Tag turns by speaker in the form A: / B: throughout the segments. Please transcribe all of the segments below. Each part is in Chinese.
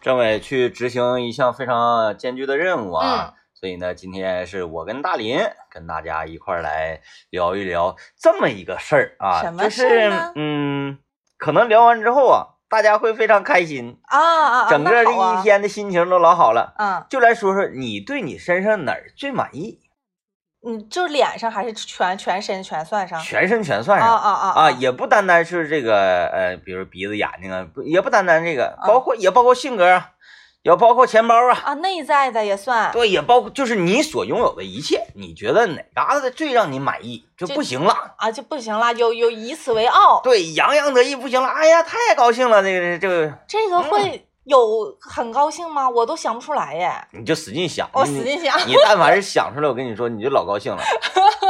A: 政委去执行一项非常艰巨的任务
B: 嗯
A: 啊，所以呢，今天是我跟大林跟大家一块儿来聊一聊这么一个事儿啊，
B: 什
A: 就
B: 么事
A: 是
B: 儿呢
A: 嗯，可能聊完之后啊，大家会非常开心，
B: 啊啊啊！
A: 整个
B: 那
A: 这
B: 好啊
A: 一，天的心情都老好了。
B: 嗯
A: 就来说说你对你身上哪儿最满意，
B: 你就脸上还是全全身全算上？
A: 全身全算
B: 啊
A: 上。
B: 啊啊
A: 啊，！也不单单是这个，呃，比如鼻子、眼睛啊，不也不单单这个，
B: 嗯
A: 包括也包括性格啊，也包括钱包啊，
B: 啊，内在的也算。
A: 对，也包括就是你所拥有的一切，你觉得哪嘎达最让你满意就
B: 这
A: 不行了？
B: 啊，就不行了，有有以此为傲，
A: 对，洋洋得意不行了，哎呀，太高兴了，这个这个，
B: 这个会有很高兴吗？我都想不出来耶，
A: 你就使劲想，
B: 我
A: 你
B: 哦使劲想。
A: 你但凡是想出来，我跟你说，你就老高兴了，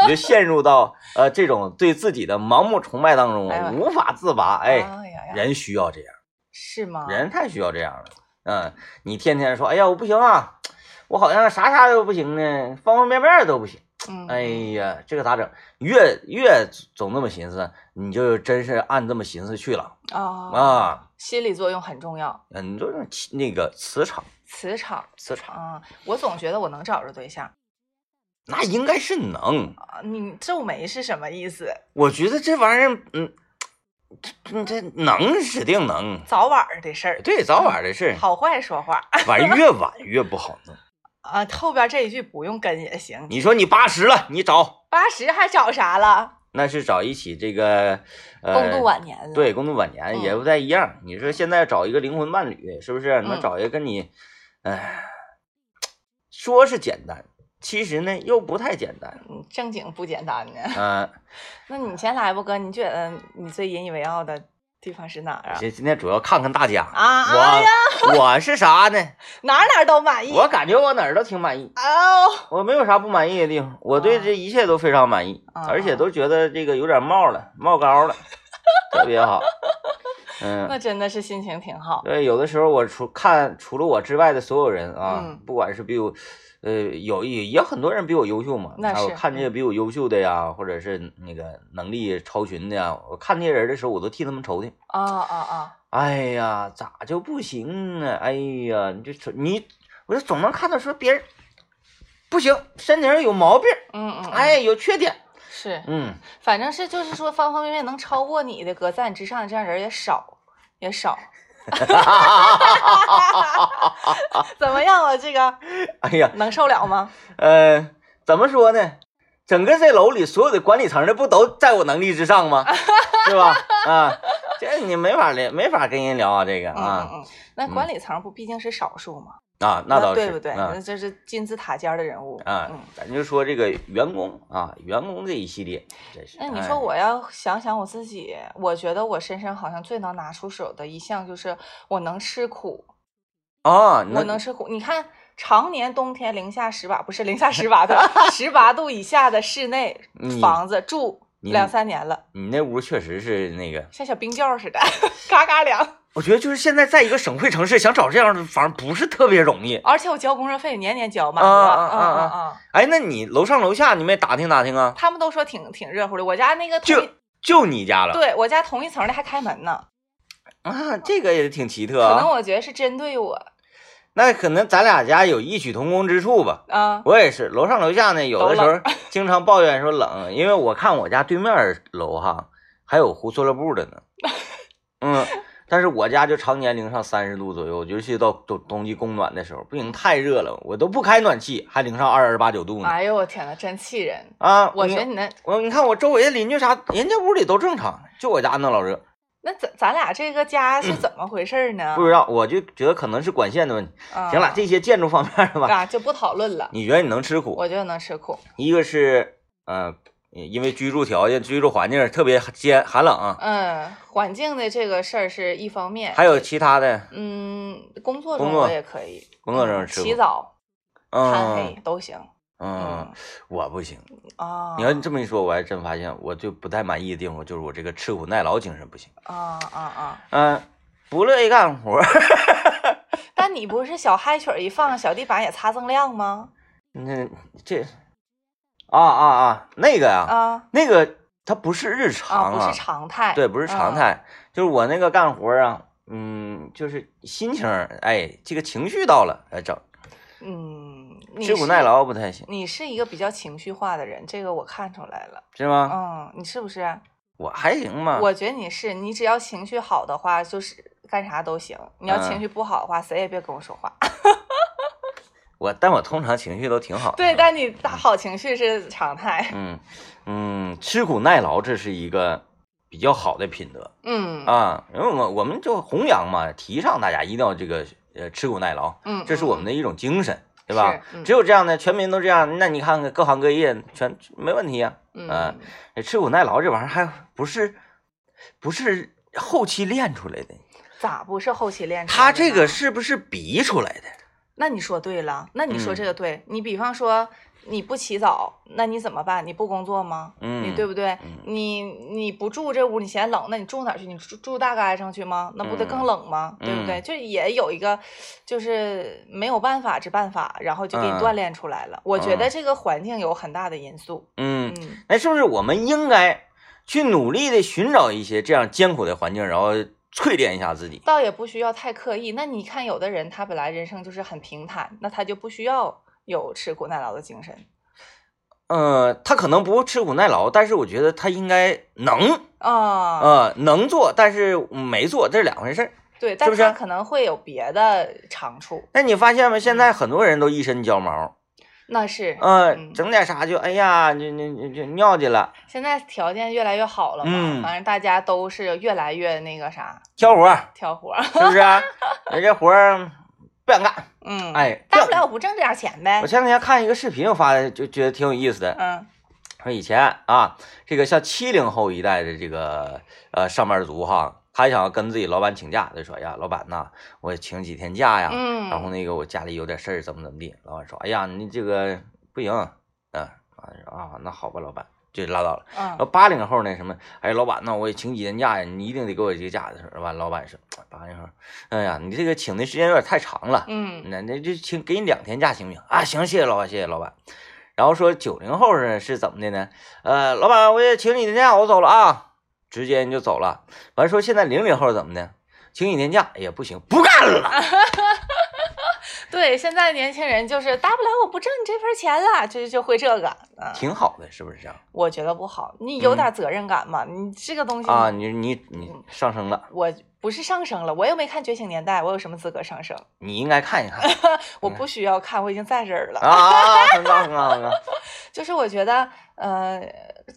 A: 你就陷入到呃这种对自己的盲目崇拜当中
B: 哎呀，
A: 无法自拔。哎，
B: 呀呀，
A: 人需要这样，
B: 是吗？
A: 人太需要这样了。嗯，你天天说，哎呀，我不行啊，我好像啥啥都不行呢，方方面面都不行。
B: 嗯，
A: 哎呀，这个咋整？越越总那么寻思，你就真是按这么寻思去了
B: 啊，
A: 啊！
B: 心理作用很重要，
A: 嗯，你就是气那个磁场，
B: 磁场
A: 磁场，
B: 啊，我总觉得我能找着对象
A: 那应该是能。
B: 啊，你皱眉是什么意思？
A: 我觉得这玩意儿，嗯，这嗯这能指定能，
B: 早晚儿的事儿，
A: 对，早晚的事儿，
B: 好坏说话
A: 晚越晚越不好弄。
B: 啊，后边这一句不用跟也行，
A: 你说你八十了，你找
B: 八十还找啥了？
A: 那是找一起这个呃
B: 共度晚年了，
A: 对，工作晚年也
B: 嗯
A: 不太一样。你说现在找一个灵魂伴侣，是不是？能
B: 嗯
A: 找一个跟你，哎，说是简单，其实呢又不太简单。
B: 嗯，正经不简单呢。
A: 嗯、
B: 那你先来吧，哥，你觉得你最引以为傲的地方是哪儿啊？
A: 这今天主要看看大家，
B: 啊
A: 我、
B: 哎呀，
A: 我是啥 呢？
B: 哪儿哪儿都满意。
A: 我感觉我哪儿都挺满意，
B: 哦，
A: 我没有啥不满意的地方，我对
B: 啊
A: 这一切都非常满意，
B: 啊
A: 而且都觉得这个有点冒了，冒高 了，特别好。嗯，
B: 那真的是心情挺好。
A: 对，呃有的时候我除看除了我之外的所有人啊，
B: 嗯
A: 不管是比我，呃，有也也很多人比我优秀嘛。
B: 那
A: 啊我
B: 是嗯
A: 看见比我优秀的呀，或者是那个能力超群的呀，我看那些人的时候，我都替他们愁的。
B: 啊啊啊！
A: 哎呀，咋就不行呢？哎呀，你就瞅你，我就总能看到说别人不行，身体上有毛病，
B: 嗯嗯，嗯，
A: 哎，有缺点，
B: 是，
A: 嗯，
B: 反正是就是说方方面面能超过你的，搁在你之上的这样人也少，也少。 怎么样啊？这个
A: 哎呀，
B: 能受了吗？
A: 呃，怎么说呢？整个这楼里所有的管理层的不都在我能力之上 吗？是吧？啊，这你没法聊，没法跟人聊啊，这个
B: 嗯嗯
A: 啊
B: 嗯。那管理层不毕竟是少数吗？
A: 啊，那倒是
B: 对不对？
A: 啊
B: 嗯那这是金字塔尖儿的人物。
A: 啊
B: 嗯，，
A: 咱就说这个员工啊，员工这一系列，真是。哎
B: 那哎你说我要想想我自己，我觉得我身上好像最能拿出手的一项就是我能吃苦，
A: 哎啊，
B: 我能吃苦。你看，常年冬天零下十把不是零下十八度，十八度以下的室内
A: 你
B: 房子住
A: 你
B: 两三年了，
A: 你那屋确实是那个，
B: 像小冰窖似的， 嘎嘎凉。
A: 我觉得就是现在在一个省会城市想找这样的房不是特别容易。
B: 而且我交工作费年年交嘛，
A: 啊
B: 是吧
A: 啊啊
B: 嗯
A: 啊
B: 嗯嗯
A: 哎，那你楼上楼下你们也打听打听啊？
B: 他们都说挺挺热乎的。我家那个同
A: 就
B: 一，
A: 就你家了
B: 对我家同一层的还开门呢，
A: 啊，这个也挺奇特啊。
B: 可能我觉得是针对我
A: 那可能咱俩家有异曲同工之处吧。
B: 啊。
A: 我也是，楼上楼下呢，有的
B: 都
A: 时候经常抱怨说冷，因为我看我家对面楼哈还有胡俱乐部的 呢。嗯，但是我家就常年零上三十度左右，尤其到冬冬季供暖的时候，不行，太热了，我都不开暖气，还零上二十八九度呢。
B: 哎呦我天呐，真气人！
A: 啊，
B: 我
A: 你
B: 觉得你那
A: 我你看我周围的邻居啥，人家屋里都正常，就我家那老热，
B: 那咱咱俩这个家是怎么回事儿
A: 嗯
B: 呢？
A: 不知道，我就觉得可能是管线的问题。
B: 啊
A: 行了，这些建筑方面的吧，
B: 啊就不讨论了。
A: 你觉得你能吃苦？
B: 我觉得能吃苦，
A: 一个是，呃，因为居住条件、居住环境特别艰寒冷啊、
B: 嗯，环境的这个事儿是一方面，
A: 还有其他的
B: 嗯，工作中
A: 工作
B: 我也可以，
A: 工作中吃
B: 嗯起
A: 苦，
B: 早贪黑
A: 嗯
B: 都行，
A: 嗯，我不行。
B: 啊，
A: 你要这么一说，我还真发现我就不太满意的地方就是我这个吃苦耐劳精神不行。
B: 啊啊啊！
A: 嗯、不乐意干活，
B: 但你不是小嗨曲儿一放，小地板也擦锃亮吗？
A: 那这，啊啊啊，那个呀、
B: 啊
A: 那个它不是日
B: 啊，
A: 常
B: 不是常态，
A: 对，不是常
B: 嗯，
A: 态，就是我那个干活啊，嗯，就是心情儿，哎，这个情绪到了来整，
B: 嗯，你
A: 吃苦
B: 是
A: 耐劳不太行，
B: 你是一个比较情绪化的人，这个我看出来了。
A: 是吗？
B: 嗯，你是不是？
A: 我还行吧，
B: 我觉得你是，你只要情绪好的话，就是干啥都行。你要情
A: 嗯
B: 绪不好的话，谁也别跟我说话。
A: 我但我通常情绪都挺好的。
B: 对，但你大好情绪是常态。
A: 嗯嗯，吃苦耐劳这是一个比较好的品德
B: 嗯
A: 啊，因为我我们就弘扬嘛，提倡大家一定要这个呃吃苦耐劳，
B: 嗯，
A: 这是我们
B: 的
A: 的一种精神，对吧？
B: 是嗯
A: 只有这样的，全民都这样，那你看看各行各业全没问题呀、
B: 嗯
A: 啊这吃苦耐劳这玩意儿还不是不是后期练出来的，
B: 咋不是后期练出来
A: 他
B: 的
A: 这个
B: 呢
A: 是不是比出来的？
B: 那你说对了，那你说
A: 嗯
B: 这个对。你比方说你不起早，那你怎么办？你不工作吗？
A: 嗯，
B: 你对不对？
A: 嗯
B: 你你不住这屋，你嫌冷，那你住哪儿去？你住住大街上去吗？那不得更冷吗？
A: 嗯
B: 对不对？就也有一个，就是没有办法之办法，然后就给你
A: 嗯
B: 锻炼出来了。我觉得
A: 嗯
B: 这个环境有很大的因素。
A: 嗯，
B: 嗯
A: 那是不是我们应该去努力的寻找一些这样艰苦的环境，然后淬炼一下自己？
B: 倒也不需要太刻意。那你看，有的人他本来人生就是很平坦，那他就不需要有吃苦耐劳的精神。
A: 呃，他可能不吃苦耐劳，但是我觉得他应该能，
B: 啊、
A: 呃，能做，但是没做，这是两回事儿。
B: 对，但
A: 是不是
B: 他可能会有别的长处，
A: 那你发现没？现在很多人都一身胶毛，
B: 那是，
A: 呃，
B: 嗯
A: 整点啥就哎呀，就就就就尿去了，
B: 现在条件越来越好了嘛，
A: 嗯
B: 反正大家都是越来越那个啥，
A: 挑活儿
B: 挑活儿，
A: 是不是、啊？人家活儿不想干，
B: 嗯，，
A: 哎，
B: 大
A: 不
B: 不
A: 想
B: 了我不挣这点钱呗
A: 我，前两天看一个视频，我发的就觉得挺有意思的，
B: 嗯
A: 说以前啊，这个像七零后一代的这个呃上班族哈，他想要跟自己老板请假，就说：“哎呀，老板呐，我请几天假呀，
B: 嗯，
A: 然后那个我家里有点事儿，怎么怎么地。”老板说：“哎呀，你这个不行。”嗯，完了说啊，那好吧，老板就拉倒了。然后
B: 嗯，
A: 八零后呢，什么？哎，老板，那我也请几天假呀，你一定得给我这个假。完，老板说：“八零后，哎呀，你这个请的时间有点太长了。”
B: 嗯，
A: 那那就请给你两天假行不行啊？行，谢谢老板，谢谢老板。然后说九零后呢是怎么的呢？呃，老板，我也请你天假，我走了啊，直接人就走了。完说现在零零后怎么的？请几天假也不行，不干了。
B: 对，现在年轻人就是大不了我不挣你这份钱了，就就会这个，嗯，
A: 挺好的，是不啊是这样
B: 我觉得不好，你有点责任感嘛，你这个东西
A: 嗯啊？，你你你上升了，
B: 我不是上升了，我又没看《觉醒年代》，我有什么资格上升？
A: 你应该看一看嗯
B: 我不需要看，我已经在这儿了。
A: 啊，很高很高很高。
B: 就是我觉得，呃，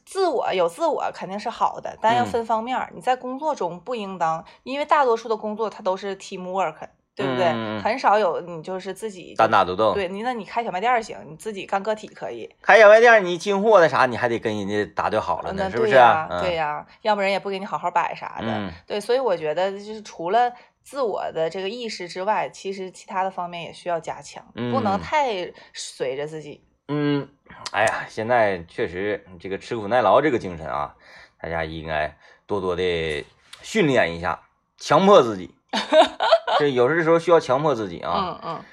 B: 自我有自我肯定是好的，但要
A: 嗯
B: 分方面儿。你在工作中不应当，因为大多数的工作它都是 team work，对不对？
A: 嗯嗯嗯
B: 很少有你就是自己就
A: 单打独斗，
B: 对你，那你开小卖店儿行，你自己干个体可以，
A: 开小卖店，你进货的啥，你还得跟人家答对好了
B: 那
A: 呢，是不
B: 对
A: 是
B: 呀、
A: 啊？嗯
B: 对呀、要不然也不给你好好摆啥的。
A: 嗯
B: 对，所以我觉得就是除了自我的这个意识之外，其实其他的方面也需要加强，不能
A: 嗯
B: 太随着自己。
A: 嗯，哎呀，现在确实这个吃苦耐劳这个精神啊，大家应该多多的训练一下，强迫自 己。这有的时候需要强迫自己啊。
B: 嗯嗯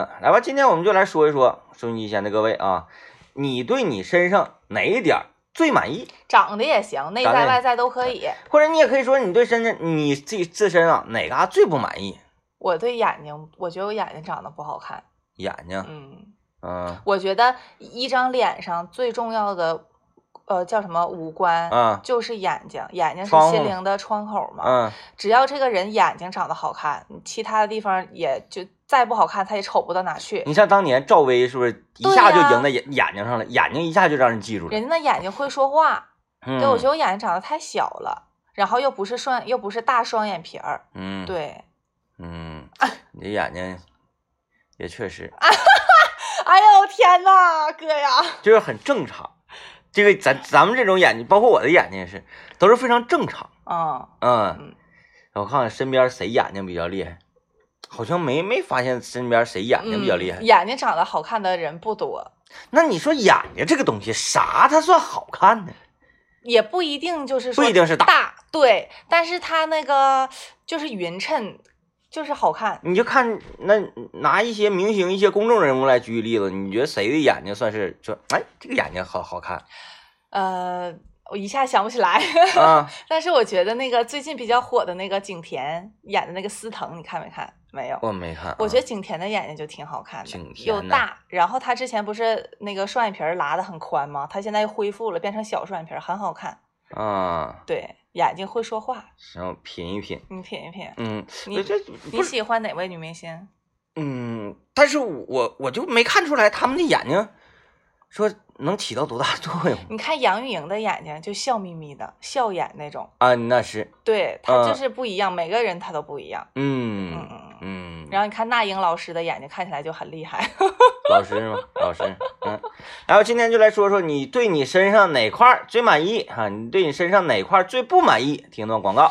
A: 嗯、来吧，今天我们就来说一说收音机前的各位啊，你对你身上哪一点儿最满意？
B: 长得也行，内
A: 长得
B: 在
A: 也
B: 外在都可以。
A: 或者你也可以说你对身上你自己自身啊哪嘎最不满意？
B: 我对眼睛，我觉得我眼睛长得不好看。
A: 眼睛，
B: 嗯，
A: 嗯
B: 我觉得一张脸上最重要的，呃，叫什么五官，
A: 嗯
B: 就是眼睛。眼睛
A: 窗户
B: 是心灵的窗口嘛。
A: 嗯
B: 只要这个人眼睛长得好看，其他的地方也就再不好看，他也丑不到哪去。
A: 你像当年赵薇是不是一
B: 对
A: 下
B: 呀
A: 就赢在眼眼睛上了？眼睛一下就让人记住了
B: 人。家那眼睛会说话，
A: 嗯，
B: 对我觉得我眼睛长得太小了，然后又不是双，又不是大双眼皮儿，
A: 嗯，
B: 对。
A: 嗯，你这眼睛也确实
B: 哎呦天呐，哥呀！
A: 就是很正常。这个咱咱们这种眼睛，包括我的眼睛也是，都是非常正常。
B: 嗯，
A: 嗯
B: 嗯，
A: 我看看身边谁眼睛比较厉害，好像没没发现身边谁眼睛比较厉害。
B: 嗯眼睛长得好看的人不多。
A: 那你说眼睛这个东西，啥它算好看呢？
B: 也不一定就是说
A: 不一定是大
B: 大，对，但是它那个就是匀称，就是好看。
A: 你就看那拿一些明星、一些公众人物来举例子，你觉得谁的眼睛算是就哎这个眼睛好好看？
B: 呃，我一下想不起来，
A: 啊，
B: 但是我觉得那个最近比较火的那个景甜演的那个司藤，你看没看？没有。
A: 我没看啊。
B: 我觉得景甜的眼睛就挺好看的
A: 景，甜
B: 又
A: 呐
B: 大。然后她之前不是那个双眼皮儿拉的很宽吗？她现在又恢复了，变成小双眼皮儿，很好看。
A: 啊，
B: 对，眼睛会说话，
A: 然后品一品，
B: 你品一品。
A: 嗯，
B: 你
A: 这
B: 你
A: 不是，
B: 喜欢哪位女明星？
A: 嗯，但是我我就没看出来他们的眼睛说能起到多大作用
B: 你看杨钰莹的眼睛就笑眯眯的，笑眼那种。
A: 啊？那是，
B: 对，她
A: 嗯
B: 就是不一样，每个人她都不一样。
A: 嗯
B: 嗯嗯嗯。
A: 嗯，
B: 然后你看那英老师的眼睛看起来就很厉害，
A: 老师吗？老师，嗯，然后今天就来说说你对你身上哪块儿最满意哈、你对你身上哪块儿最不满意？听段广告。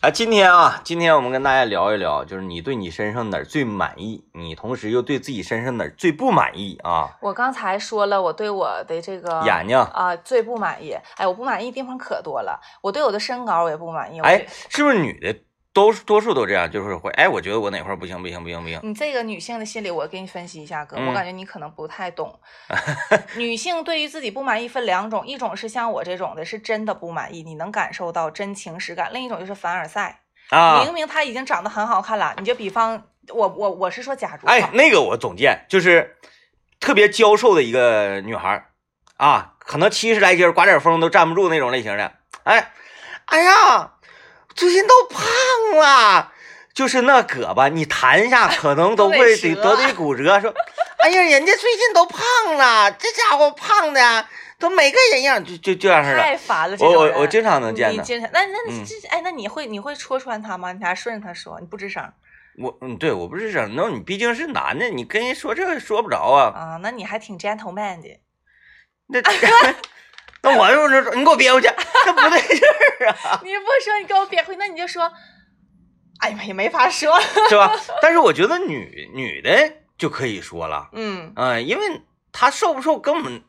A: 啊，今天啊，今天我们跟大家聊一聊，就是你对你身上哪儿最满意，你同时又对自己身上哪儿最不满意啊？
B: 我刚才说了，我对我的这个
A: 眼睛，
B: 啊、最不满意。哎，我不满意地方可多了，我对我的身高我也不满意。我
A: 哎
B: 觉，
A: 是不是女的都多数都这样？就是会，哎，我觉得我哪块儿不行不行不行不行，
B: 你这个女性的心理，我给你分析一下，哥，
A: 嗯
B: 我感觉你可能不太 懂。女性对于自己不满意分两种，一种是像我这种的，是真的不满意，你能感受到真情实感；另一种就是凡尔赛，
A: 啊
B: 明，明她已经长得很好看了，你就比方我我我是说假如哈
A: 哎，那个我总见，就是特别娇瘦的一个女孩儿啊，可能七十来斤儿，刮点风都站不住那种类型的。哎，哎呀，最近都胖了，就是那胳膊，你弹一下可能都
B: 都得
A: 会得
B: 折
A: 得得骨折。说，哎呀，人家最近都胖了，这家伙胖的都没个人样，就就就这样式的。
B: 太烦了。这
A: 我
B: 种
A: 我
B: 人
A: 我经常能见
B: 你
A: 的，
B: 经常那那
A: 嗯
B: 你这、哎，那你会你会戳穿他吗？你还顺着他说，你不吱声
A: 我嗯，对我不是想，那你毕竟是男的，你跟人说这个说不着啊。
B: 啊？那你还挺 gentleman 的。
A: 那那我就说你给我憋回去，这不对 劲儿
B: 你不说你给我别回，那你就说，哎呀妈也没法说。
A: 是吧？但是我觉得女女的就可以说了，
B: 嗯，
A: 嗯、因为她瘦不瘦跟我们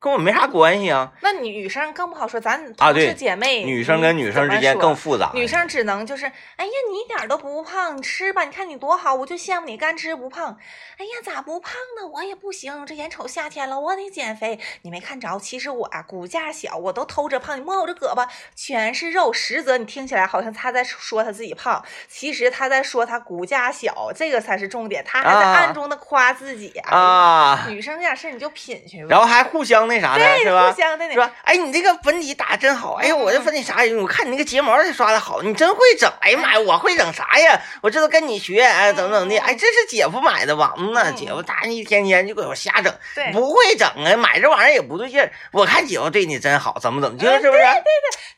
A: 跟我没啥关系啊。
B: 那女生更不好说，咱
A: 啊
B: 同
A: 对
B: 是姐妹，
A: 女生跟女生之间更复杂，
B: 啊女生只能就是，哎呀，你一点都不胖，你吃吧，你看你多好，我就羡慕你干吃不胖。哎呀，咋不胖呢？我也不行，这眼瞅夏天了，我得减肥。你没看着，其实我啊骨架小，我都偷着胖。你摸我这胳膊全是肉，实则你听起来好像她在说她自己胖，其实她在说她骨架小，这个才是重点，她还在
A: 啊
B: 暗中的夸自己。
A: 啊，
B: 女生这点事儿你就品去吧，
A: 然后还互相那啥呢，
B: 对，
A: 是吧
B: 互？相的
A: 是吧？哎，你这个粉底打真好！哎呀，
B: 嗯
A: 我这粉底啥也用，我看你那个睫毛也刷的好，你真会整！哎呀妈呀，我会整啥呀？我这都跟你学，哎，怎么怎么的？哎，这是姐夫买的吧？嗯呐，
B: 嗯
A: 姐夫大一天天就给我瞎整，
B: 对。
A: 不会整啊，买这玩意儿也不对劲儿。我看姐夫对你真好，怎么怎么，就是是不是？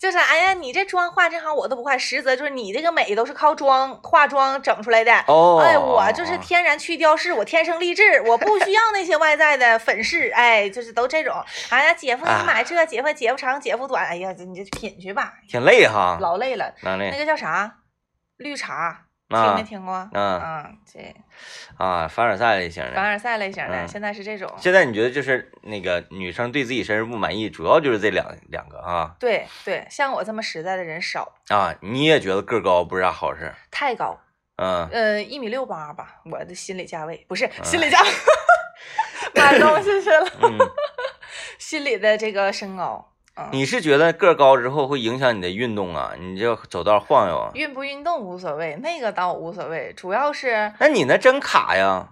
B: 就是哎呀，你这妆化真好，我都不化。实则就是你这个美都是靠妆化妆整出来的。
A: 哦
B: 哎，我就是天然去雕饰，我天生丽质，我不需要那些外在的粉饰。哎，就是都这种。哎呀，姐夫
A: 啊
B: 你买这，姐夫姐夫长，姐夫短。哎呀，你就品去吧，
A: 挺累哈，
B: 劳累了。
A: 老
B: 那
A: 累
B: 个叫啥？绿茶，听
A: 啊
B: 没听过？
A: 啊
B: 啊，这
A: 啊，凡尔赛类型
B: 凡
A: 的。
B: 尔赛类型的，
A: 嗯
B: 现在是这种。
A: 现在你觉得就是那个女生对自己身上不满意，主要就是这两两个啊
B: 对对，像我这么实在的人少，
A: 啊，你也觉得个儿高不是啥好事，
B: 太高，
A: 嗯，
B: 呃，一米六八吧，我的心理价位不是
A: 啊
B: 心 理价位，买东西去了，
A: 嗯，
B: 心理的这个
A: 啊
B: 身高，嗯，
A: 你是觉得个儿高之后会影响你的运动啊，你就走道晃悠啊？
B: 运不运动无所谓，那个倒无所谓，主要是
A: 那你那真卡呀，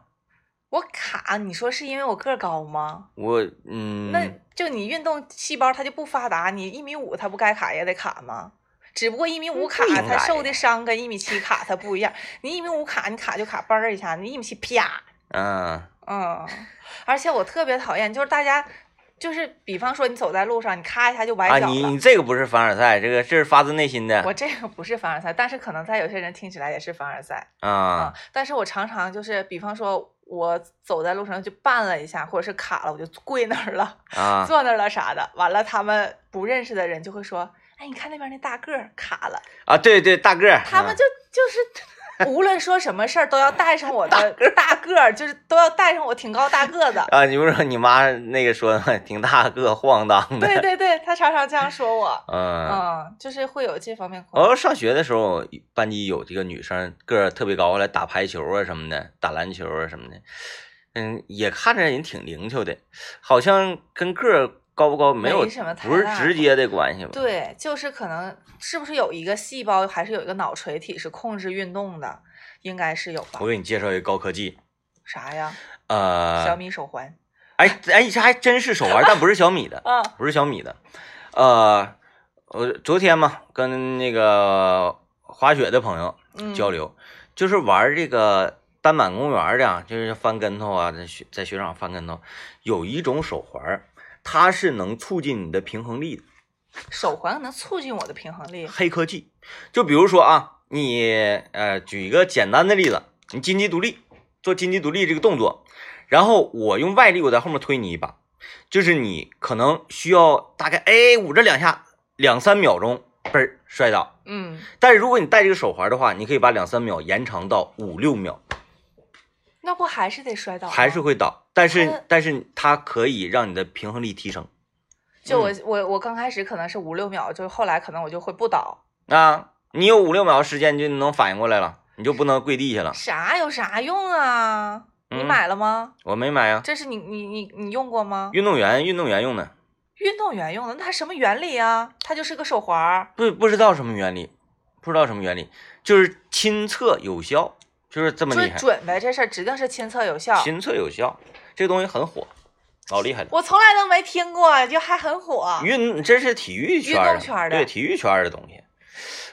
B: 我卡，你说是因为我个儿高吗？
A: 我嗯，
B: 那就你运动细胞它就不发达，你一米五它不该卡也得卡吗？只不过一米五卡，
A: 不应
B: 它
A: 该
B: 受的伤跟一米七卡它不一样。你一米五卡，你卡就卡嘣儿一下，你一米七啪，
A: 嗯
B: 嗯， 而且我特别讨厌，就是大家，就是比方说你走在路上，你咔一下就崴
A: 啊，
B: 脚
A: 你
B: 了。
A: 你这个不是凡尔赛，这个这是发自内心的
B: 我这个不是凡尔赛，但是可能在有些人听起来也是凡尔赛
A: 啊
B: 啊、但是我常常就是，比方说我走在路上就绊了一下，或者是卡了，我就跪那儿了，
A: 啊，
B: 坐那儿了啥的。完了，他们不认识的人就会说：“哎，你看那边那大个儿卡了。
A: 啊，对对，大个儿”，
B: 他们就就是，无论说什么事儿都要带上我的大个儿，就是都要带上我挺高大个 子。
A: 啊，你不是说你妈那个说的挺大个晃荡的，
B: 对对对，他常常这样说我。
A: 嗯，哦
B: 嗯，就是会有这方面困扰。
A: 我上学的时候，班级有这个女生个儿特别高，来打排球啊什么的，打篮球啊什么的，嗯，也看着人挺灵巧的，好像跟个儿高不高没有
B: 没什么太
A: 不是
B: 大
A: 直接的关系吧？
B: 对，就是可能是不是有一个细胞，还是有一个脑垂体是控制运动的，应该是有吧
A: 我？给你介绍一个高科技，
B: 啥呀？小
A: 呃，
B: 米手环
A: 哎哎，这还真是手环，但不是小米的，
B: 啊，
A: 不是小米的，呃，我昨天嘛跟那个滑雪的朋友
B: 嗯，
A: 交流，就是玩这个单板公园的啊，就是翻跟头啊，在雪在雪场翻跟头，有一种手环，它是能促进你的平衡力的，
B: 手环可能促进我的平衡力。
A: 黑科技。就比如说啊，你呃举一个简单的例子，你金鸡独立，做金鸡独立这个动作，然后我用外力我在后面推你一把，就是你可能需要大概哎捂着两下，两三秒钟，嘣儿摔倒。
B: 嗯，
A: 但是如果你戴这个手环的话，你可以把两三秒延长到五六秒。
B: 那不还是得摔倒吗？啊
A: 还是会倒，但
B: 它
A: 是但是它可以让你的平衡力提升嗯
B: 就我我我刚开始可能是五六秒，就是后来可能我就会不倒。
A: 啊！你有五六秒时间，你就能反应过来了，你就不能跪地下了。
B: 啥有啥用啊？你
A: 嗯
B: 买了吗？
A: 我没买啊，
B: 这是你你你你用过吗？
A: 运动员运动员用的，
B: 运动员用的，那它什么原理啊？它就是个手环儿。
A: 不不知道什么原理，不知道什么原理，就是亲测有效，就是这么厉
B: 准
A: 害，
B: 准呗，这事儿指定是亲测有效。
A: 亲测有效，这东西很火，老厉害了。
B: 我从来都没听过，就还很火。
A: 运这是体育圈儿
B: 运动圈儿的
A: 对体育圈儿的东西，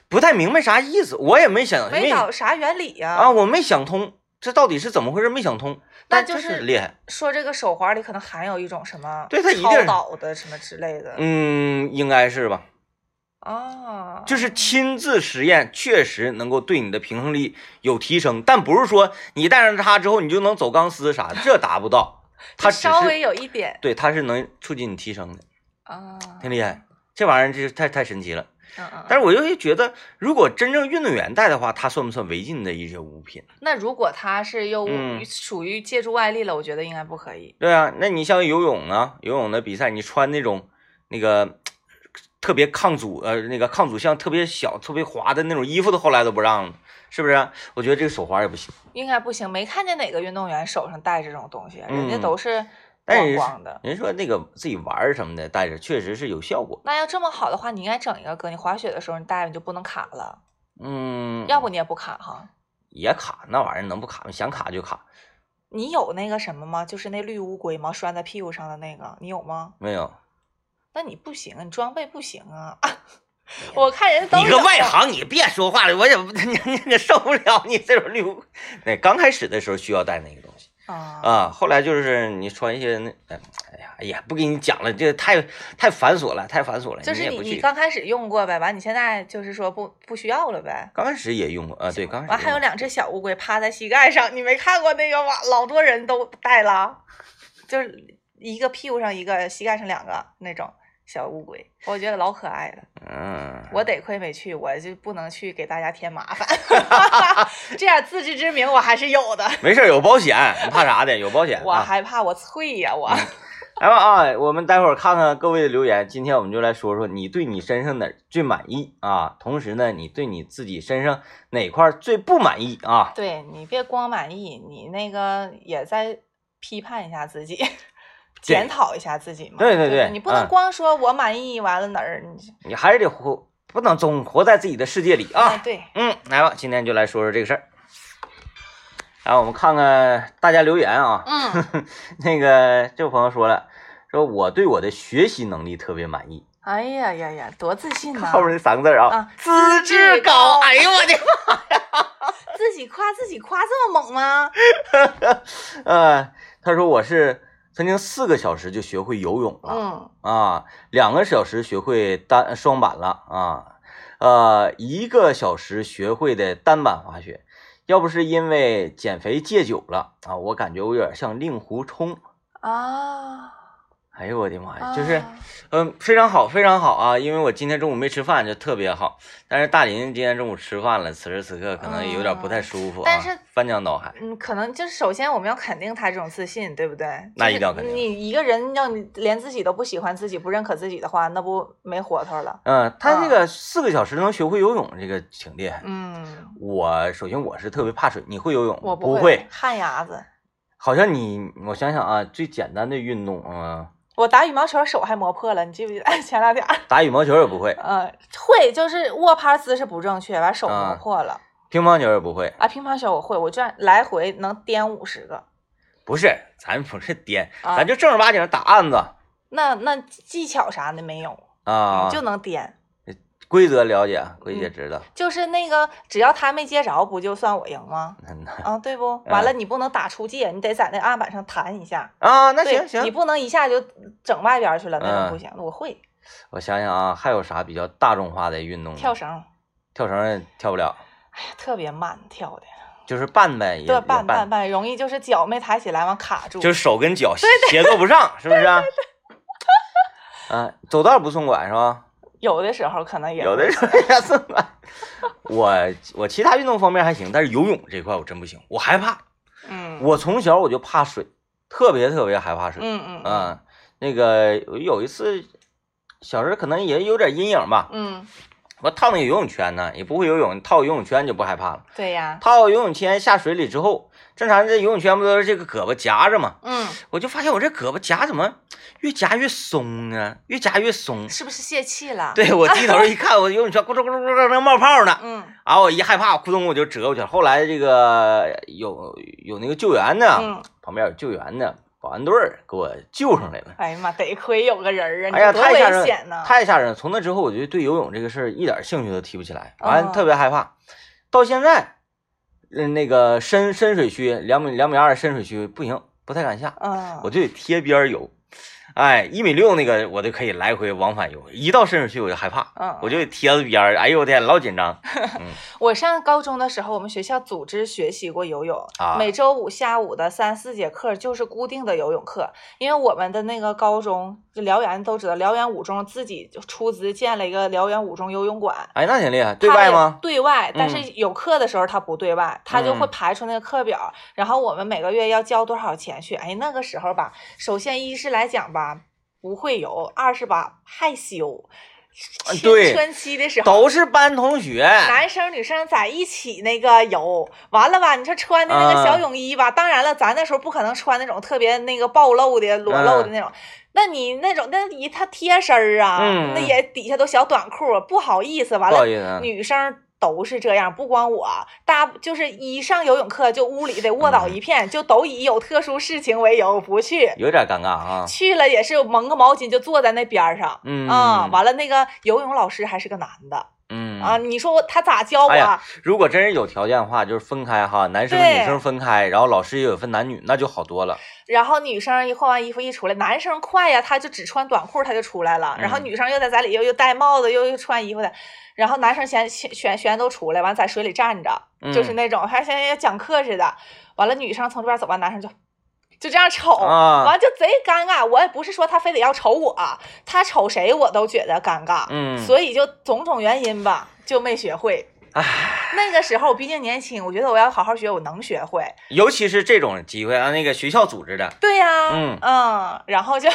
A: 不太明白啥意思，我也没想
B: 没搞啥原理呀、
A: 啊，我没想通这到底是怎么回事，没想通。
B: 那
A: 但
B: 就
A: 真
B: 是
A: 厉害。
B: 说这个手环里可能含有一种什么
A: 对它一定
B: 超
A: 是
B: 导的什么之类的、
A: 嗯，应该是吧。
B: 啊，
A: 就是亲自实验，确实能够对你的平衡力有提升，但不是说你戴上它之后你就能走钢丝啥的，这达不到。它
B: 就
A: 只
B: 稍微
A: 是
B: 有一点
A: 对，它是能促进你提升的，
B: 啊，
A: 挺厉害。这玩意儿就是太太神奇了。
B: 嗯嗯
A: 但是我就会觉得，如果真正运动员戴的话，它算不算违禁的一些物品？
B: 那如果他是又
A: 嗯
B: 属于借助外力了，我觉得应该不可以。
A: 对啊，那你像游泳啊，游泳的比赛，你穿那种那个特别抗阻呃那个抗阻性特别小、特别滑的那种衣服，都后来都不让了，是不是？我觉得这个手环也不行。
B: 应该不行，没看见哪个运动员手上戴这种东西，人家
A: 嗯
B: 都是
A: 但
B: 光
A: 是
B: 光的。
A: 人说那个自己玩儿什么的戴着，确实是有效果。
B: 那要这么好的话，你应该整一个哥，你滑雪的时候你戴着你就不能卡了，
A: 嗯，
B: 要不你也不卡哈。
A: 也卡那玩意儿能不卡吗？想卡就卡，
B: 你有那个什么吗？就是那绿乌龟吗？拴在屁股上的那个，你有吗？
A: 没有。
B: 那你不行啊，你装备不行啊！ 啊我看人家都
A: 你个
B: 有
A: 外行，你别说话了，我也 你你你受不了你这种溜。那刚开始的时候需要戴那个东西
B: 啊，
A: 啊，后来就是你穿一些那，哎哎呀，也不跟你讲了，这太太繁琐了，太繁琐了。
B: 就是
A: 你
B: 你
A: 也不
B: 你
A: 去。
B: 刚开始用过呗，完你现在就是说不不需要了呗。
A: 刚开始也用过啊，对，刚开始
B: 完还有
A: 用
B: 两只小乌龟趴在膝盖上，你没看过那个哇？老多人都戴了，就是一个屁股上一个，膝盖上两个那种小乌龟，我觉得老可爱了。
A: 过嗯，
B: 我得亏没去，我就不能去给大家添麻 烦， 这点自知之明我还是有的。
A: 没事儿有保险，你怕啥的？有保险。
B: 我
A: 啊。
B: 害怕，我脆呀、我。
A: 嗯来吧啊，我们待会儿看看各位的留言。今天我们就来说说你对你身上哪儿最满意啊，同时呢，你对你自己身上哪块儿最不满意啊？
B: 对你别光满意，你那个也在批判一下自己，检讨一下自己嘛。
A: 对对
B: 对吧
A: 对
B: 你不能
A: 嗯
B: 光说我满意，完了哪儿你
A: 你还是得活，不能总活在自己的世界里
B: 哎
A: 啊。
B: 对，
A: 嗯，来吧，今天就来说说这个事儿。然后我们看看大家留言啊，
B: 嗯，
A: 那个这位朋友说了，说我对我的学习能力特别满意，
B: 哎呀呀呀，多自信呐、
A: 后面那三个字儿啊，
B: 嗯啊
A: 资
B: 质高
A: 哎呦我的
B: 自己夸自己夸这么猛吗？
A: 呃，他说我是曾经四个小时就学会游泳了、
B: 嗯，
A: 啊，两个小时学会单双板了啊，呃，一个小时学会的单板滑雪。要不是因为减肥戒酒了啊，我感觉我有点像令狐冲。
B: 啊，
A: 哎呦我的妈呀，就是
B: 啊
A: 嗯，非常好，非常好啊！因为我今天中午没吃饭，就特别好。但是大林今天中午吃饭了，此时此刻可能有点不太舒服啊，
B: 哦但是
A: 翻江倒海。
B: 嗯，可能就是首先我们要肯定他这种自信，对不对？
A: 那
B: 就
A: 一
B: 是
A: 定要肯定
B: 你一个人要你连自己都不喜欢自己、不认可自己的话，那不没活头了。
A: 嗯，他
B: 啊
A: 这个四个小时能学会游泳，这个挺厉害。
B: 嗯，
A: 我首先我是特别怕水，你会游泳？
B: 我
A: 不
B: 会，旱鸭子，
A: 好像你，我想想啊，最简单的运动啊、
B: 我打羽毛球手还磨破了，你记不记得 前两天儿？
A: 打羽毛球也不会，
B: 呃，会就是握拍姿势不正确，把手磨
A: 啊
B: 破了。
A: 乒乓球也不会。
B: 啊，乒乓球我会，我这样来回能颠五十个。
A: 不是，咱不是颠，
B: 啊
A: 咱就正儿八经打案子
B: 那那技巧啥的没有，
A: 啊。
B: 就能颠。
A: 规则了解，啊规姐知道。
B: 就是那个，只要他没接着，不就算我赢吗？
A: 嗯 呐
B: 啊，对不？完了，你不能打出界，你得在那案板上弹一下。
A: 啊，那
B: 对
A: 行
B: 你
A: 行，
B: 不能一下就整外边去了，那种
A: 嗯
B: 不行。我会
A: 我想想啊，还有啥比较大众化的运动呢？
B: 跳绳，
A: 跳绳也跳不了，
B: 哎呀，特别慢跳的，
A: 就是绊呗，也
B: 对，
A: 也
B: 绊绊
A: 绊，
B: 绊，容易就是脚没抬起来，完卡住。
A: 就是手跟脚协作不上，是不是啊？啊，走道不送管是吧？
B: 有的时候可能也
A: 有的
B: 会
A: 时候也送管。我我其他运动方面还行，但是游泳这块我真不行，我害怕。
B: 嗯，
A: 我从小我就怕水，特别特别害怕水。
B: 嗯嗯嗯
A: 啊，那个我有一次，小时候可能也有点阴影吧，
B: 嗯，
A: 我套那个游泳圈呢，也不会游泳，套游泳圈就不害怕了。
B: 对呀，
A: 套游泳圈下水里之后，正常这游泳圈不都是这个胳膊夹着吗？
B: 嗯，
A: 我就发现我这胳膊夹怎么越夹越松呢？越夹越松。
B: 是不是泄气了？，
A: 对我低头一看，我游泳圈咕噜咕噜咕噜能冒泡呢。
B: 嗯
A: 啊，我一害怕，咕咚我就折过去了。后来这个有有那个救援呢，
B: 嗯，
A: 旁边有救援呢，保安队儿给我救上来了。
B: 哎呀妈，得亏有个人啊，
A: 哎呀，
B: 你多
A: 太吓人
B: 危
A: 了
B: 险呐！
A: 太吓人了！从那之后，我就对游泳这个事儿一点兴趣都提不起来，
B: 嗯
A: 完、特别害怕。到现在，嗯，那个深深水区两米两米二深水区不行，不太敢下，
B: 嗯，
A: 我就得贴边儿游。哎，一米六那个我就可以来回往返游，一到深水区我就害怕，
B: 嗯
A: 我就得贴着边儿。哎呦我天，老紧张。
B: 我上高中的时候，我们学校组织学习过游泳，
A: 啊
B: 每周五下午的三四节课就是固定的游泳课，因为我们的那个高中，就辽源都知道，辽源五中自己就出资建了一个辽源五中游泳馆。
A: 哎，那挺厉害，对
B: 它
A: 外
B: 也
A: 吗？
B: 对外，但是
A: 嗯
B: 有课的时候它不对外，它就会
A: 嗯
B: 排出那个课表，然后我们每个月要交多少钱去。哎，那个时候吧，首先一是来讲吧不会游，二是吧害羞，
A: 啊
B: 青
A: 对
B: 春期的时候
A: 都是班同学，
B: 男生女生在一起那个游，完了吧？你说穿的那
A: 啊
B: 个小泳衣吧，当然了，咱那时候不可能穿那种特别那个暴露的、裸露的那种。那你那种那一它贴身儿啊，
A: 嗯
B: 那也底下都小短裤，不好意思。完
A: 不好
B: 了，
A: 意思啊，
B: 女生都是这样，不光我，大就是一上游泳课就屋里得卧倒一片，就都以有特殊事情为由不去。
A: 有点尴尬啊。
B: 去了也是蒙个毛巾就坐在那边儿上，
A: 嗯
B: 啊、完了那个游泳老师还是个男的、
A: 嗯
B: 啊，你说我他咋教我？
A: 哎呀如果真是有条件的话，就是分开哈，男生
B: 对
A: 女生分开，然后老师也有分男女，那就好多了。
B: 然后女生一换完衣服一出来，男生快呀，他就只穿短裤他就出来了，然后
A: 嗯
B: 女生又在家里又又戴帽子又又穿衣服的，然后男生先先全全都出来，完在水里站着，就是
A: 嗯
B: 那种还像要讲课似的，完了女生从这边走吧，男生就就这样瞅。
A: 啊，
B: 完就贼尴尬，我也不是说他非得要瞅我，他瞅谁我都觉得尴尬，
A: 嗯
B: 所以就种种原因吧，就没学会。
A: 唉，
B: 那个时候我毕竟年轻，我觉得我要好好学，我能学会。
A: 尤其是这种机会啊，那个学校组织的，
B: 对呀、
A: 嗯
B: 然后就，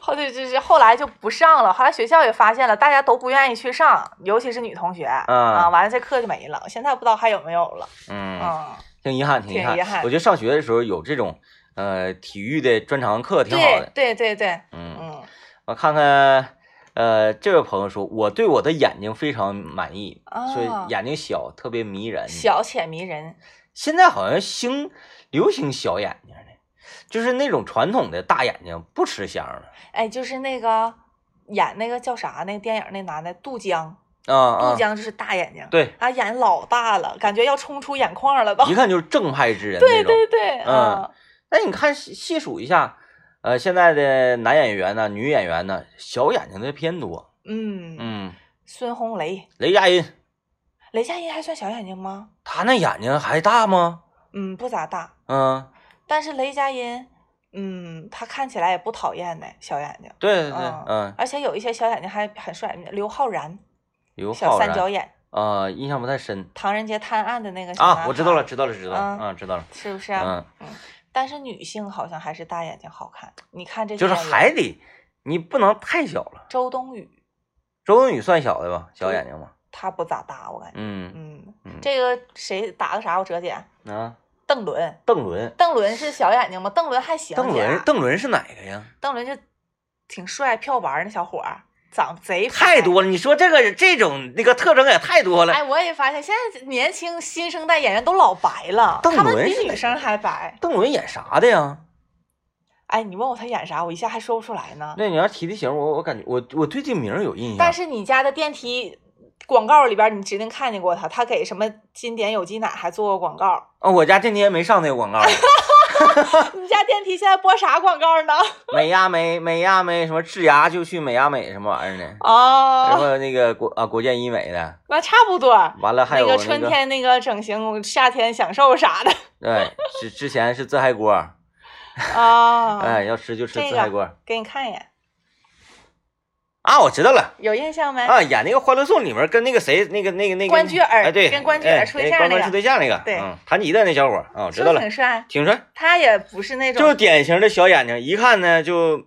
B: 后就就是后来就不上了，后来学校也发现了，大家都不愿意去上，尤其是女同学，啊，完了这课就没了，现在不知道还有没有了，
A: 嗯，
B: 嗯，
A: 挺遗憾，挺
B: 挺
A: 遗憾。
B: 遗憾
A: 我觉得上学的时候有这种呃体育的专长课挺好
B: 对
A: 的。
B: 对对对，
A: 嗯，
B: 嗯
A: 我看看，呃，这位朋友说，我对我的眼睛非常满意，所
B: 啊
A: 以眼睛小特别迷人。
B: 小且迷人，
A: 现在好像兴流行小眼睛呢，就是那种传统的大眼睛不吃香了。
B: 哎，就是那个演那个叫啥那个电影那男的杜江，
A: 啊
B: 杜
A: 啊，
B: 江就是大眼睛，
A: 对，
B: 啊，眼老大了，感觉要冲出眼眶了都，
A: 一看就是正派之人那
B: 哦对
A: 种。
B: 对对，
A: 嗯那你看细细数一下，呃，现在的男演员呢、女演员呢，小眼睛的偏多。
B: 嗯嗯，
A: 嗯，
B: 孙红雷，
A: 雷佳音，
B: 雷佳音还算小眼睛吗？
A: 她那眼睛还大吗？
B: 嗯，不咋大，
A: 嗯，
B: 但是雷佳音，嗯，他看起来也不讨厌呢，小眼睛，
A: 对对对，
B: 嗯
A: 嗯，
B: 而且有一些小眼睛还很帅，刘昊然，
A: 刘
B: 小
A: 昊
B: 三
A: 然
B: 角眼，
A: 啊、印象不太深
B: 《唐人街探案》的那个小
A: 啊，
B: 男
A: 我知道了，
B: 孩，
A: 知道了，知道了，
B: 嗯
A: 嗯，知道了，
B: 是不是啊？
A: 嗯，
B: 但是女性好像还是大眼睛好看，你看这些
A: 就是
B: 演员
A: 还得你不能太小了。
B: 周冬雨，
A: 周冬雨算小的吧，
B: 嗯
A: 小眼睛吧，
B: 她不咋大，我感觉，
A: 嗯
B: 嗯，
A: 嗯
B: 这个谁打个啥我折姐，
A: 啊，
B: 邓伦。
A: 邓伦，
B: 邓伦是小眼睛吗？邓伦还行，
A: 邓
B: 姐啊
A: 伦，邓伦是哪个呀？
B: 邓伦就挺帅、票玩儿那小伙儿，长得贼
A: 太
B: 白
A: 多了。你说这个这种那个特征也太多了。
B: 哎，我也发现现在年轻新生代演员都老白了，
A: 邓
B: 他们
A: 伦
B: 比
A: 是
B: 女
A: 哪
B: 生还白。
A: 邓伦演啥的呀？
B: 哎，你问我他演啥，我一下还说不出来呢。
A: 那你要提提醒我，我感觉我我对这名儿有印象。
B: 但是你家的电梯广告里边儿，你指定看见过他，他给什么金典有机奶还做过广 告。
A: 啊，我家电梯也没上那个广告，
B: 你家电梯现在播啥广告呢？
A: 美呀美，美呀美，什么治牙就去美呀美什么玩意儿的，然
B: 哦，
A: 后那个国 啊国健医美的，
B: 那差不多。
A: 完了还有
B: 那
A: 那
B: 个春天那个整形，夏天享受啥 的
A: 对，之之前是自嗨锅，
B: 啊。
A: 哎，要吃就吃
B: 这
A: 自
B: 个
A: 嗨锅
B: 给你看一眼，
A: 啊，我知道了。
B: 有印象没？
A: 啊，演那个《欢乐颂》里面跟那个谁，那个那个那个
B: 哎关雎尔
A: 哎，对，
B: 跟关雎尔
A: 哎
B: 处对
A: 跟
B: 象
A: 关
B: 那
A: 关
B: 个
A: 处对象那个，
B: 对
A: 嗯，弹吉他那小伙儿啊，我
B: 是
A: 知
B: 不
A: 道
B: 是
A: 了
B: 很，帅？
A: 挺帅，
B: 他也不是那种，
A: 就是典型的小眼睛，一看呢就，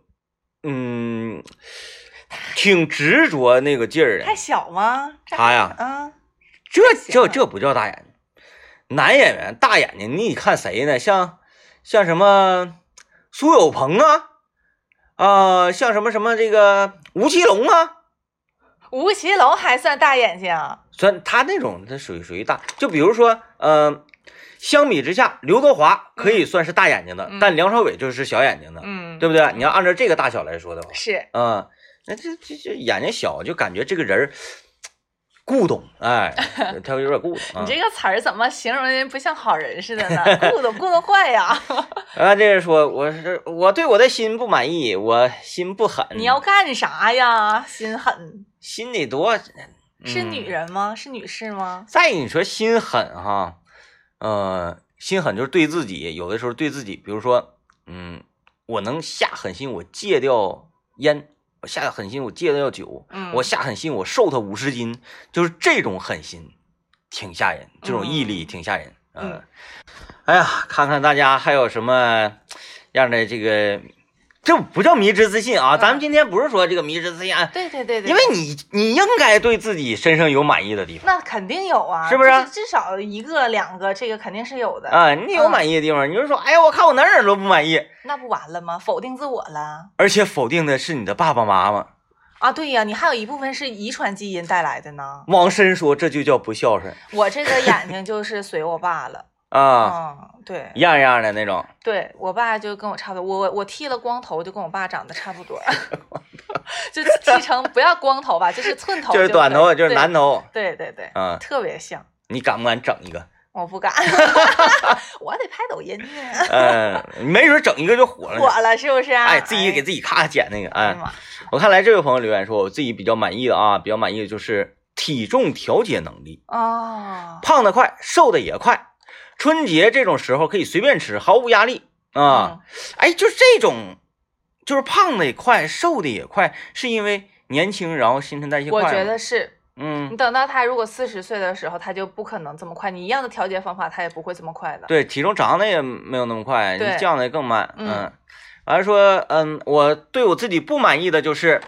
A: 嗯，挺执着那个劲儿的
B: 太。小吗？这
A: 他呀，
B: 啊，
A: 这
B: 行
A: 这
B: 了
A: 这不叫大眼睛，男演员大眼睛，你看谁呢？像像什么苏有朋啊，啊、像什么什么这个吴奇隆啊，
B: 吴奇隆还算大眼睛，
A: 虽然他那种他属于属于大，就比如说，呃，相比之下，刘德华可以算是大眼睛的，
B: 嗯
A: 但梁朝伟就是小眼睛的，
B: 嗯，
A: 对不对？你要按照这个大小来说的话，
B: 是
A: 嗯、那这这这眼睛小，就感觉这个人儿古董，哎， 他有点古董啊
B: 你。这个词儿怎么形容人不像好人似 的呢？顾得顾得坏呀！
A: 啊，这是说我是我对我的心不满意，我心不狠，
B: 你要干啥呀？心狠
A: 心里多
B: 是女。
A: 嗯
B: 人吗？是女士吗？
A: 再你说心狠哈，呃，心狠就是对自己，有的时候对自己，比如说，嗯，我能下狠心，我戒掉烟；我下狠心，我戒掉酒；
B: 嗯
A: 我下狠心，我瘦他五十斤，就是这种狠心，挺吓人，这种毅力挺吓人。
B: 嗯
A: 呃哎呀，看看大家还有什么样的这个，这不叫迷之自信啊！咱们
B: 嗯
A: 今天不是说这个迷之自信啊，
B: 对对对对，
A: 因为你你应该对自己身上有满意的地方。
B: 那肯定有啊，
A: 是不是
B: 这至少一个两个，这个肯定是有的。
A: 啊，你有满意的地方，你就说，哎呀，我看我哪儿哪儿都不满意，
B: 那不完了吗？否定自我了
A: 而且否定的是你的爸爸妈妈，
B: 啊？对呀、你还有一部分是遗传基因带来的呢。
A: 往深说，这就叫不孝顺
B: 我这个眼睛就是随我爸了，
A: 啊，
B: 嗯，对
A: 一样一样的那种。
B: 对，我爸就跟我差不多，我我剃了光头就跟我爸长得差不 多，就剃成不要光头吧，就是寸头，
A: 就是短头发，
B: 发，
A: 就是男
B: 头，
A: 头
B: 对对对，
A: 啊，
B: 特别像，
A: 你敢不敢整一个？
B: 我不敢， 我得拍抖音呢，
A: 嗯，没准整一个就火了呢。
B: 火了是不是、啊？
A: 哎，自己给
B: 己，
A: 自己咔剪那个，
B: 哎呀
A: 哎，
B: 妈呀，
A: 我看来这位朋友留言说，我自己比较满意的啊，比较满意的就是体重调节能力，
B: 哦，
A: 胖的快，瘦的也快。春节这种时候可以随便吃，毫无压力啊。
B: 嗯
A: 哎，就这种，就是胖的也快，瘦的也快，是因为年轻，然后新陈代谢快
B: 我
A: 吗。
B: 觉得是。你
A: 嗯，
B: 等到他如果四十岁的时候，他就不可能这么快。你一样的调节方法，他也不会这么快的。
A: 对，体重涨的也没有那么快，你
B: 对
A: 降的也更慢。
B: 嗯
A: 嗯，完了说，嗯，我对我自己不满意的就是《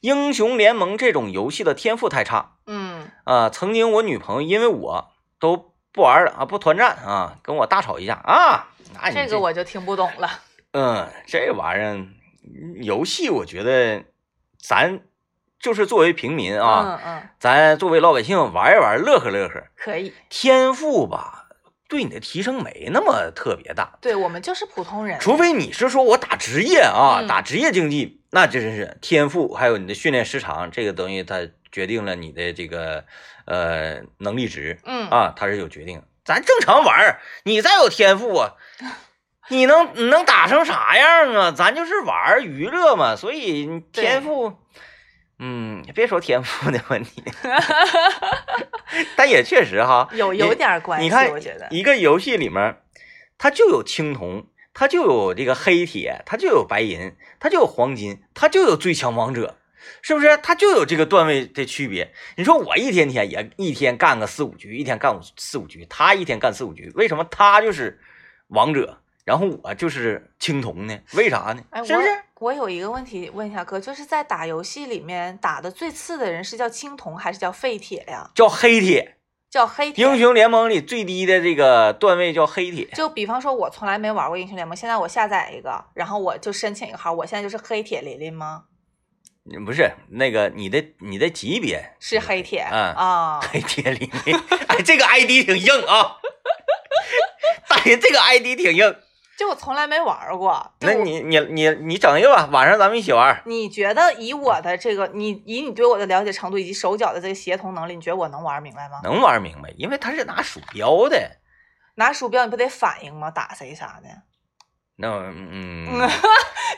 A: 英雄联盟》这种游戏的天赋太差
B: 嗯，
A: 啊、曾经我女朋友因为我都不玩了啊，不团战啊，跟我大吵一架啊。那你
B: 这个我就听不懂了。
A: 嗯，这玩意儿嗯游戏，我觉得咱就是作为平民啊，
B: 嗯嗯，
A: 咱作为老百姓玩一玩，乐呵乐呵。
B: 可以。
A: 天赋吧，对你的提升没那么特别大，
B: 对我们就是普通人。
A: 除非你是说我打职业啊，
B: 嗯
A: 打职业竞技，那这真是天赋，还有你的训练时长，这个东西它决定了你的这个呃能力值
B: 嗯，
A: 啊，它是有决定的。咱正常玩儿，你再有天赋 啊，你能你能打成啥样啊？咱就是玩儿娱乐嘛，所以你
B: 对
A: 天赋，嗯，别说天赋的问 题，但也确实哈，
B: 有有
A: 你
B: 点关系，
A: 你看
B: 我觉得。
A: 一个游戏里面，它就有青铜，它就有这个黑铁，它就有白银，它就有黄金，它就有最强王者，是不是？它就有这个段位的区别。你说我一天天也一天干个四五局，一天干五四五局，他一天干四五局，为什么他就是王者，然后我就是青铜呢？为啥呢？
B: 哎，我
A: 是不是？
B: 我有一个问题问一下哥，就是在打游戏里面打的最次的人是叫青铜还是叫废铁呀？
A: 叫黑铁，
B: 叫黑铁。
A: 英雄联盟里最低的这个段位叫黑铁。
B: 就比方说，我从来没玩过英雄联盟，现在我下载一个，然后我就申请一个号，我现在就是黑铁琳琳吗？
A: 不是那个你的你的级别
B: 是黑铁
A: 嗯
B: 啊，
A: 黑铁里面， 哎，这个 ID 挺硬啊，大爷，这个 ID 挺硬。
B: 就我从来没玩儿过。就
A: 那
B: 我
A: 你你你你整一个吧，晚上咱们一起玩儿。
B: 你觉得以我的这个，你以你对我的了解程度以及手脚的这个协同能力，你觉得我能玩明白吗？
A: 能玩明白，因为他是拿鼠标的。
B: 拿鼠标你不得反应吗？打谁啥的？
A: 那嗯
B: 嗯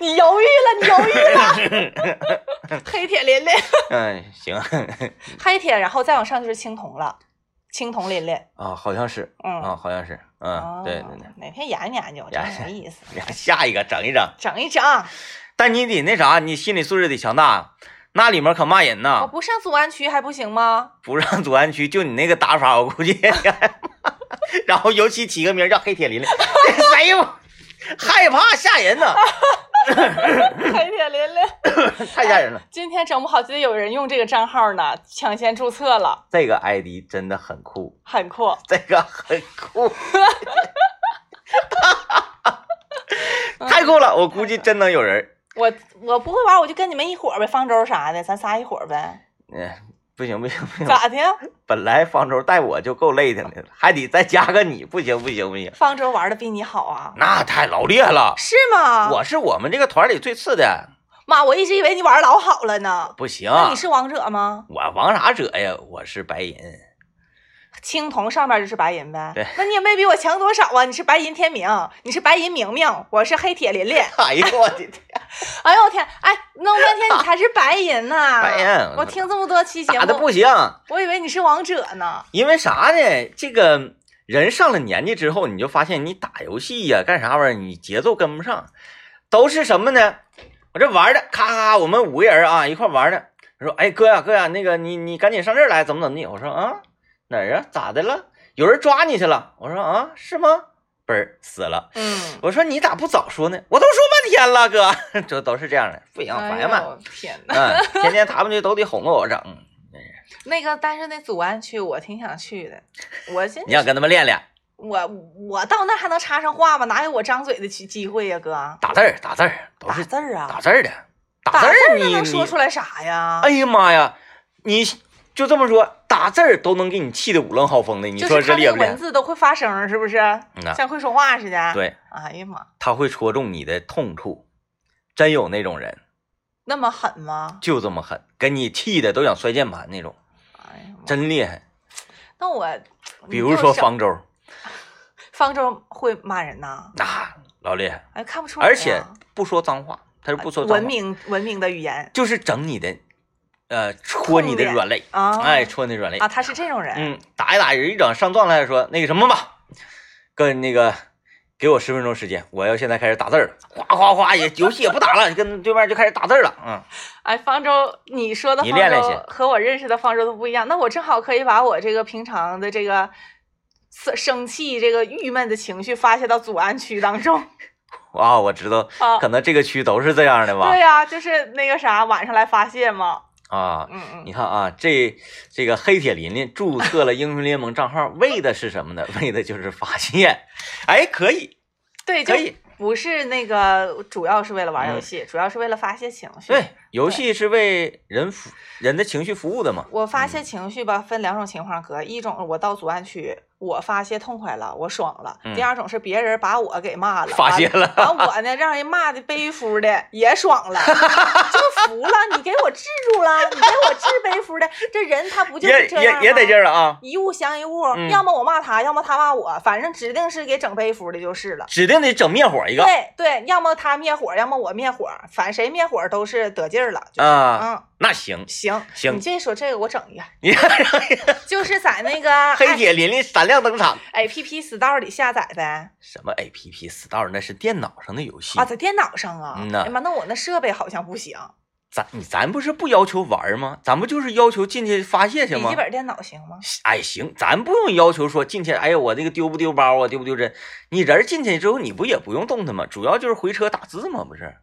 B: 你犹豫了，你犹豫了。 黑铁琳琳，
A: 嗯， 行
B: 黑铁，然后再往上就是青铜了，青铜琳琳。
A: 啊，好像是
B: 嗯，
A: 啊，好像是，嗯，对对对
B: 哦。，哪天研究研究，真
A: 研究
B: 没意思。
A: 然后 下一个整一整，
B: 整一整，我
A: 但你得那啥，你心理素质得强大，啊那里面可骂人呐，
B: 哦不上祖安区还不行 吗？
A: 不让祖安区，就你那个打法，我估计。 然后尤其起个名儿叫黑铁琳琳，这谁呀？害怕吓人呐，
B: 黑铁琳琳，
A: 太吓人了。
B: 今天整不好就得有人用这个账号呢，抢先注册了，
A: 这个 ID 真的很酷，
B: 很酷。
A: 这个很酷，太酷了！我估计真能有人儿。
B: 我我不会玩，我就跟你们一伙儿呗，方舟啥的，咱仨一伙儿呗。
A: 嗯，不行不行不行，
B: 咋的？
A: 本来方舟带我就够累的了，还得再加个你，不行不行不行，
B: 方舟玩的比你好啊？
A: 那太老厉害了。
B: 是吗？
A: 我是我们这个团里最次的，
B: 妈，我一直以为你玩老好了呢。
A: 不行。
B: 那你是王者吗？
A: 我王啥者呀？我是白银，
B: 青铜上面就是白银呗。
A: 对
B: 那你也没比我强多少啊！你是白银天明，你是白银明明，我是黑铁琳 琳。
A: 哎呦我的天，
B: 哎呦我天！哎，弄半天你才是白银 呐、
A: 白银啊
B: 我听这么多期 节
A: 打的
B: 目，
A: 不行，
B: 我以为你是王者呢。
A: 因为啥呢？这个人上了年纪之后，你就发现你打游戏呀、干啥玩意儿，你节奏跟不上，都是什么呢？我这玩的，咔咔，我们五个人啊一块玩的。他说：“哎，哥呀、哥呀、那个你你赶紧上这儿来，怎么怎么地？”我说：“啊，哪儿啊？咋的了？有人抓你去了？”我说：“啊，是吗？”嘣儿死了。
B: 嗯，
A: 我说：“你咋不早说呢？我都说半天了，哥， 这都是这样的，不行，
B: 哎
A: 烦呀
B: 呦
A: 嘛。
B: 我天哪！
A: 嗯，天天他们就都得哄着我 整，
B: 那个，但是那祖安区我挺想去的，我现
A: 你想跟他们练练
B: 我我到那还能插上话吗？哪有我张嘴的机机会呀、哥？
A: 打字儿，打字儿都
B: 打
A: 是
B: 字儿
A: 打
B: 啊，
A: 字儿的，
B: 打
A: 字儿
B: 儿
A: 你
B: 那能
A: 你
B: 说，出来啥呀？
A: 哎呀妈呀，你就这么说，打字儿都能给你气得五棱浩峰的，你
B: 就
A: 说
B: 是
A: 这
B: 他
A: 厉害
B: 那个
A: 不厉
B: 文
A: 害？
B: 字都会发声儿，是不是？
A: 嗯呐
B: 像会说话似的。，
A: 对，
B: 哎呀妈，
A: 他会戳中你的痛处，真有那种人
B: 那么狠吗？
A: 就这么狠，给你气的都想摔键盘那种，
B: 哎呀妈，
A: 真厉害。
B: 那我，
A: 比
B: 你
A: 如
B: 就
A: 说
B: 是
A: 方舟，
B: 方舟会骂人呐，
A: 那、啊老厉害，
B: 哎，看不出来呀。
A: 而且不说脏话，他是不说脏
B: 文
A: 话，
B: 明文明的语言
A: 就是整你的，呃，戳你的
B: 痛点
A: 软肋，
B: 啊，
A: 哎，戳你的软肋
B: 啊，他是这种人，
A: 嗯，打一打人一整上状态说那个什么吧，跟那个给我十分钟时间，我要现在开始打字儿了，哗哗哗也游戏也不打了，跟对面就开始打字儿了，嗯，
B: 哎，方舟，你说的
A: 你
B: 方
A: 练练
B: 舟
A: 先
B: 和我认识的方舟都不一样。那我正好可以把我这个平常的这个生生气、这个郁闷的情绪发泄到祖安区当中
A: 哇，我知道，
B: 啊。
A: 可能这个区都是这样的吧
B: 对，呀、就是那个啥，晚上来发泄嘛。
A: 啊，
B: 嗯嗯，
A: 你看啊，这这个黑铁琳琳注册了英雄联盟账号，为的是什么呢？为的就是发泄，哎，可以，
B: 对，就
A: 可以，
B: 不是那个主要是为了玩游戏，主要是为了发泄情绪。
A: 嗯对，游戏是为人服人的情绪服务的嘛，
B: 我发泄情绪吧，分两种情况，哥，一种我到祖安区，我发泄痛快了，我爽了；
A: 嗯
B: 第二种是别人把我给骂了，
A: 发
B: 完
A: 泄了，
B: 完我呢，让人骂的背夫的也爽了， 就服了，你给我治住了，你给我治背夫的，这人他不就
A: 也
B: 是这样
A: 也
B: 吗？
A: 也得劲儿了啊，
B: 一物降一物，
A: 嗯
B: 要么我骂他，要么他骂我，反正指定是给整背夫的就是了。
A: 指定得整灭火一个。
B: 对对，要么他灭火，要么我灭火，反正谁灭火都是得劲儿了。就是
A: 啊，
B: 嗯，
A: 那行，
B: 行
A: 行
B: 你这说这个我整 一个，
A: 你
B: 就是在那个
A: 黑铁琳琳闪亮登场。
B: A P P Store 里下载呗，
A: 什么 A P P Store 那是电脑上的游戏
B: 啊，，在电脑上啊。
A: 嗯呐
B: 哎呀妈，那我那设备好像不行，
A: 咱你咱不是不要求玩吗？咱不就是要求进去发泄去
B: 笔
A: 吗
B: 记？本电脑行吗？
A: 哎，行，咱不用要求说进去，哎呀，我这个丢不丢包啊，丢不丢针？你人进去之后，你不也不用动它吗？主要就是回车打字吗？不是？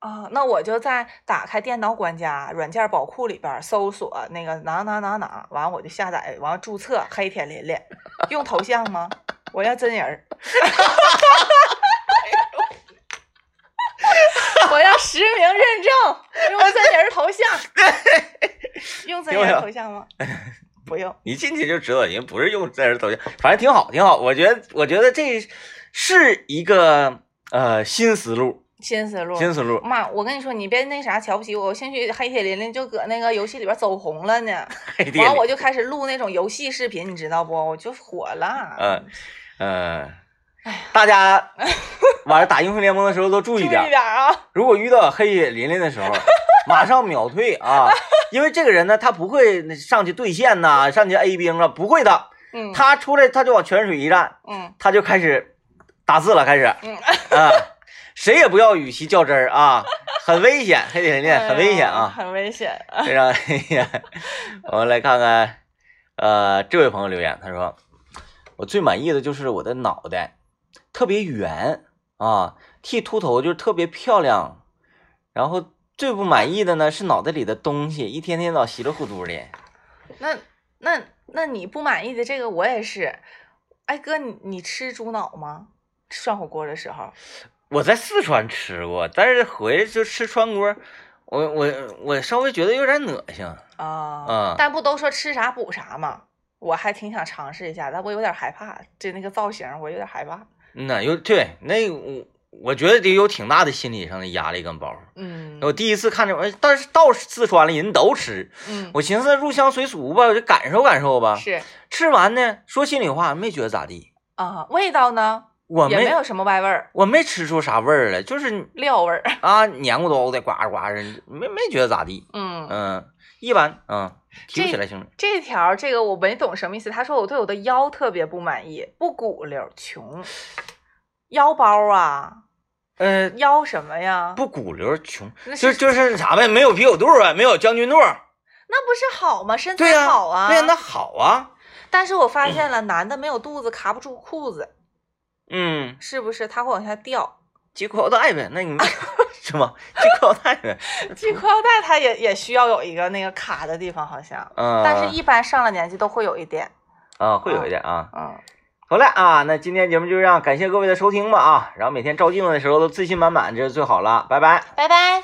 B: 啊，那我就在打开电脑管家软件宝库里边儿搜索那个哪哪哪哪，完我就下载，完注册黑铁琳 琳，用头像吗？我要真人儿，我要实名认证，用真人头 不用。
A: 你进去就知道，人不是用这人抖音，反正挺好，挺好。我觉得，我觉得这是一个呃新思路，
B: 新思路。
A: 新思路。
B: 妈，我跟你说，你别那啥瞧不起我，我兴许黑铁琳琳就搁那个游戏里边走红了呢。
A: 黑店
B: 完，
A: 里，
B: 我就开始录那种游戏视频，你知道不？我就火了。啊
A: 嗯嗯，大家晚上打英雄联盟的时候都注
B: 哎注
A: 意
B: 意
A: 点
B: 点
A: 儿，
B: 啊！
A: 如果遇到黑铁琳琳的时候，马上秒退 啊！因为这个人呢，他不会上去对线呐、上去 A 兵啊，不会的。
B: 嗯，
A: 他出来他就往泉水一站，
B: 嗯
A: 他就开始打字了，开始，
B: 嗯
A: 啊，谁也不要与其较真儿啊，很危险，黑铁琳琳很危险
B: 哎呀
A: 啊，
B: 很危险。
A: 非常危险。我们来看看，呃，这位朋友留言，他说，我最满意的就是我的脑袋特别圆啊，剃秃头就是特别漂亮，然后最不满意的呢是脑袋里的东西一天天老稀里糊涂的，
B: 那那那你不满意的这个我也是。哎哥，你你吃猪脑吗？吃涮火锅的时候，
A: 我在四川吃过，但是回来就吃川锅，我我我稍微觉得有点恶心。
B: 啊、
A: 嗯
B: 但不都说吃啥补啥吗？我还挺想尝试一下，但我有点害怕，就那个造型，我有点害怕。
A: 嗯呐，有对那我我觉得得有挺大的心理上的压力跟包袱。
B: 嗯
A: 我第一次看这玩意儿，但是到四川了人都吃，
B: 嗯，
A: 我寻思入乡随俗吧，我就感受感受吧。
B: 是
A: 吃完呢，说心里话没觉得咋地，
B: 啊、味道呢
A: 我
B: 也
A: 没
B: 没有什么歪味儿，
A: 我没吃出啥味儿来，就是
B: 料味儿。
A: 啊黏糊叨的呱呱的，没没觉得咋地。
B: 嗯，
A: 嗯，一般，嗯，提不起
B: 这
A: 来兴致。
B: 这条这个我没懂什么意思。他说我对我的腰特别不满意，不鼓溜，穷，腰包啊，
A: 呃，
B: 腰什么呀？
A: 不鼓溜儿穷，
B: 那
A: 就是就是啥呗，没有啤酒肚啊，没有将军肚儿，
B: 那不是好吗？身
A: 对
B: 材
A: 呀、
B: 好啊。
A: 对呀、那好啊，
B: 但是我发现了，男的没有肚子卡不住裤子，
A: 嗯，
B: 是不是？他会往下掉。
A: 系裤腰带呗，那你 是吗？系裤腰带呗，
B: 系裤腰带他也也需要有一个那个卡的地方，好像。
A: 嗯，
B: 但是一般上了年纪都会有一点。
A: 啊，会有一点啊。
B: 嗯，
A: 好嘞啊，那今天节目就这样，感谢各位的收听吧啊，然后每天照镜子的时候都自信满满，这是最好了，拜拜。
B: 拜拜。